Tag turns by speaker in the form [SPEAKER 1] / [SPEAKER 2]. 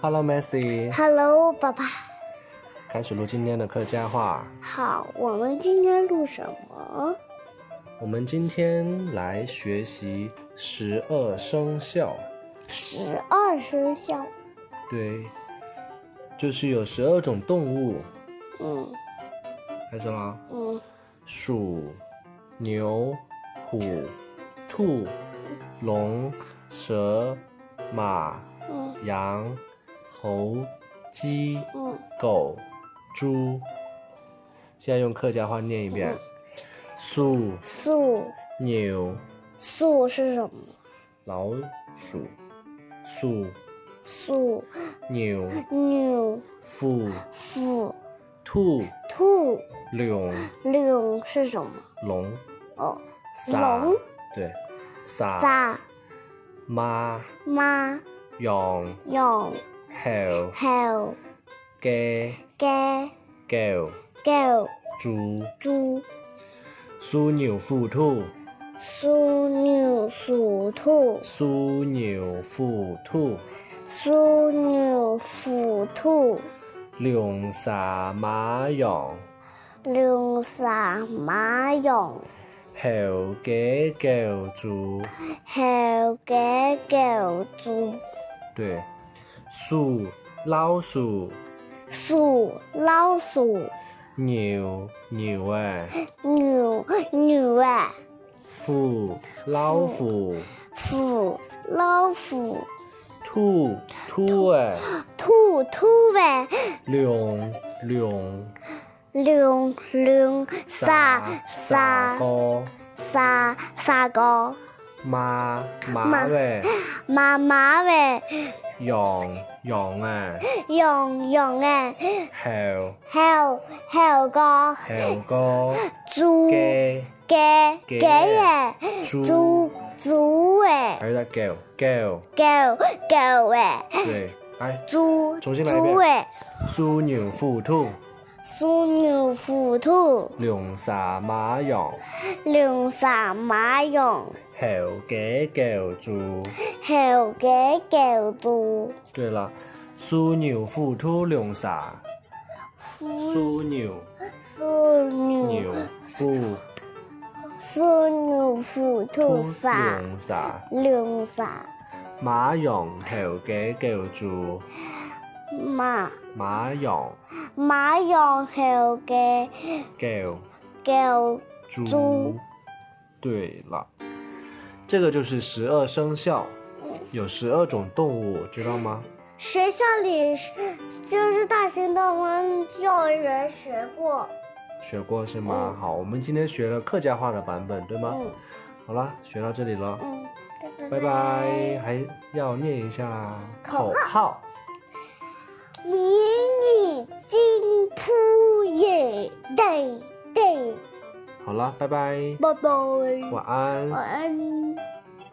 [SPEAKER 1] Hello, Messi，
[SPEAKER 2] Hello，爸爸。
[SPEAKER 1] 开始录今天的客家话。
[SPEAKER 2] 好，我们今天录什么？
[SPEAKER 1] 我们今天来学习十二生肖。
[SPEAKER 2] 十二生肖。
[SPEAKER 1] 对，就是有十二种动物。
[SPEAKER 2] 嗯
[SPEAKER 1] 开始啦，
[SPEAKER 2] 嗯，
[SPEAKER 1] 鼠、牛、虎、兔、龙、蛇、马、
[SPEAKER 2] 嗯
[SPEAKER 1] 羊、猴、鸡、
[SPEAKER 2] 嗯，
[SPEAKER 1] 狗、猪。现在用客家话念一遍：鼠、
[SPEAKER 2] 素
[SPEAKER 1] 牛、
[SPEAKER 2] 素是什么？
[SPEAKER 1] 老鼠、鼠、
[SPEAKER 2] 素
[SPEAKER 1] 牛、
[SPEAKER 2] 牛
[SPEAKER 1] 虎、
[SPEAKER 2] 虎
[SPEAKER 1] 兔、
[SPEAKER 2] 兔
[SPEAKER 1] 龙、
[SPEAKER 2] 龙是什么？
[SPEAKER 1] 龙、
[SPEAKER 2] 哦，
[SPEAKER 1] 撒
[SPEAKER 2] 龙，
[SPEAKER 1] 对，撒、
[SPEAKER 2] 撒
[SPEAKER 1] 妈、
[SPEAKER 2] 妈
[SPEAKER 1] 羊、
[SPEAKER 2] 羊
[SPEAKER 1] 猴、
[SPEAKER 2] 猴
[SPEAKER 1] 鸡、
[SPEAKER 2] 鸡
[SPEAKER 1] 狗、
[SPEAKER 2] 狗
[SPEAKER 1] 猪、
[SPEAKER 2] 猪
[SPEAKER 1] 鼠、牛、虎、兔、
[SPEAKER 2] 鼠牛鼠兔
[SPEAKER 1] 鼠、牛、虎、兔、
[SPEAKER 2] 鼠牛虎兔
[SPEAKER 1] 龙、蛇、马、羊、
[SPEAKER 2] 龙撒马羊
[SPEAKER 1] 猴、鸡、狗、猪，
[SPEAKER 2] 猴鸡狗猪
[SPEAKER 1] 对，鼠、老鼠、
[SPEAKER 2] 鼠老鼠
[SPEAKER 1] 牛、牛哎、
[SPEAKER 2] 牛牛啊
[SPEAKER 1] 虎、老虎、
[SPEAKER 2] 虎老虎
[SPEAKER 1] 兔、兔哎、
[SPEAKER 2] 兔兔喂
[SPEAKER 1] 龙、龙、
[SPEAKER 2] 龙龙撒
[SPEAKER 1] 傻
[SPEAKER 2] 撒
[SPEAKER 1] 哥、
[SPEAKER 2] 撒撒个
[SPEAKER 1] 马、马
[SPEAKER 2] 马
[SPEAKER 1] 喂、
[SPEAKER 2] 妈妈喂。
[SPEAKER 1] 羊、羊哎、
[SPEAKER 2] 羊羊啊，
[SPEAKER 1] 猴、
[SPEAKER 2] 猴猴个
[SPEAKER 1] 猴哥、
[SPEAKER 2] 猪鸡
[SPEAKER 1] 鸡。
[SPEAKER 2] 鸡
[SPEAKER 1] 鸡
[SPEAKER 2] 啊，
[SPEAKER 1] 猪
[SPEAKER 2] 猪猪诶，
[SPEAKER 1] 还是在 go go
[SPEAKER 2] 狗狗诶，
[SPEAKER 1] 对，来，
[SPEAKER 2] 猪
[SPEAKER 1] 重新来一遍
[SPEAKER 2] 猪诶，
[SPEAKER 1] 鼠牛虎兔，
[SPEAKER 2] 鼠牛虎兔，
[SPEAKER 1] 龙蛇马羊，
[SPEAKER 2] 龙蛇马羊，
[SPEAKER 1] 猴鸡狗猪。
[SPEAKER 2] 猴鸡狗猪，
[SPEAKER 1] 对了，鼠牛虎兔龙蛇，
[SPEAKER 2] 虎
[SPEAKER 1] 鼠牛
[SPEAKER 2] 鼠
[SPEAKER 1] 牛
[SPEAKER 2] 牛
[SPEAKER 1] 虎
[SPEAKER 2] 鼠牛虎
[SPEAKER 1] 兔
[SPEAKER 2] 兔蛇，
[SPEAKER 1] 龙蛇，
[SPEAKER 2] 龙蛇
[SPEAKER 1] 马羊猴鸡狗猪，
[SPEAKER 2] 马
[SPEAKER 1] 马羊
[SPEAKER 2] 马羊猴鸡
[SPEAKER 1] 狗
[SPEAKER 2] 狗。
[SPEAKER 1] 猪
[SPEAKER 2] 猪。
[SPEAKER 1] 对了，这个就是十二生肖，有十二种动物，知道吗？
[SPEAKER 2] 学校里是就是大型动物幼儿园学过，
[SPEAKER 1] 学过是吗？好，我们今天学了客家话的版本，对吗？
[SPEAKER 2] 嗯
[SPEAKER 1] 好啦，学到这里了，
[SPEAKER 2] 嗯，
[SPEAKER 1] 拜拜。还要念一下口
[SPEAKER 2] 口
[SPEAKER 1] 号，
[SPEAKER 2] 明日金铺野地地，
[SPEAKER 1] 好啦，拜拜，
[SPEAKER 2] 拜拜，
[SPEAKER 1] 晚安。
[SPEAKER 2] 晚安。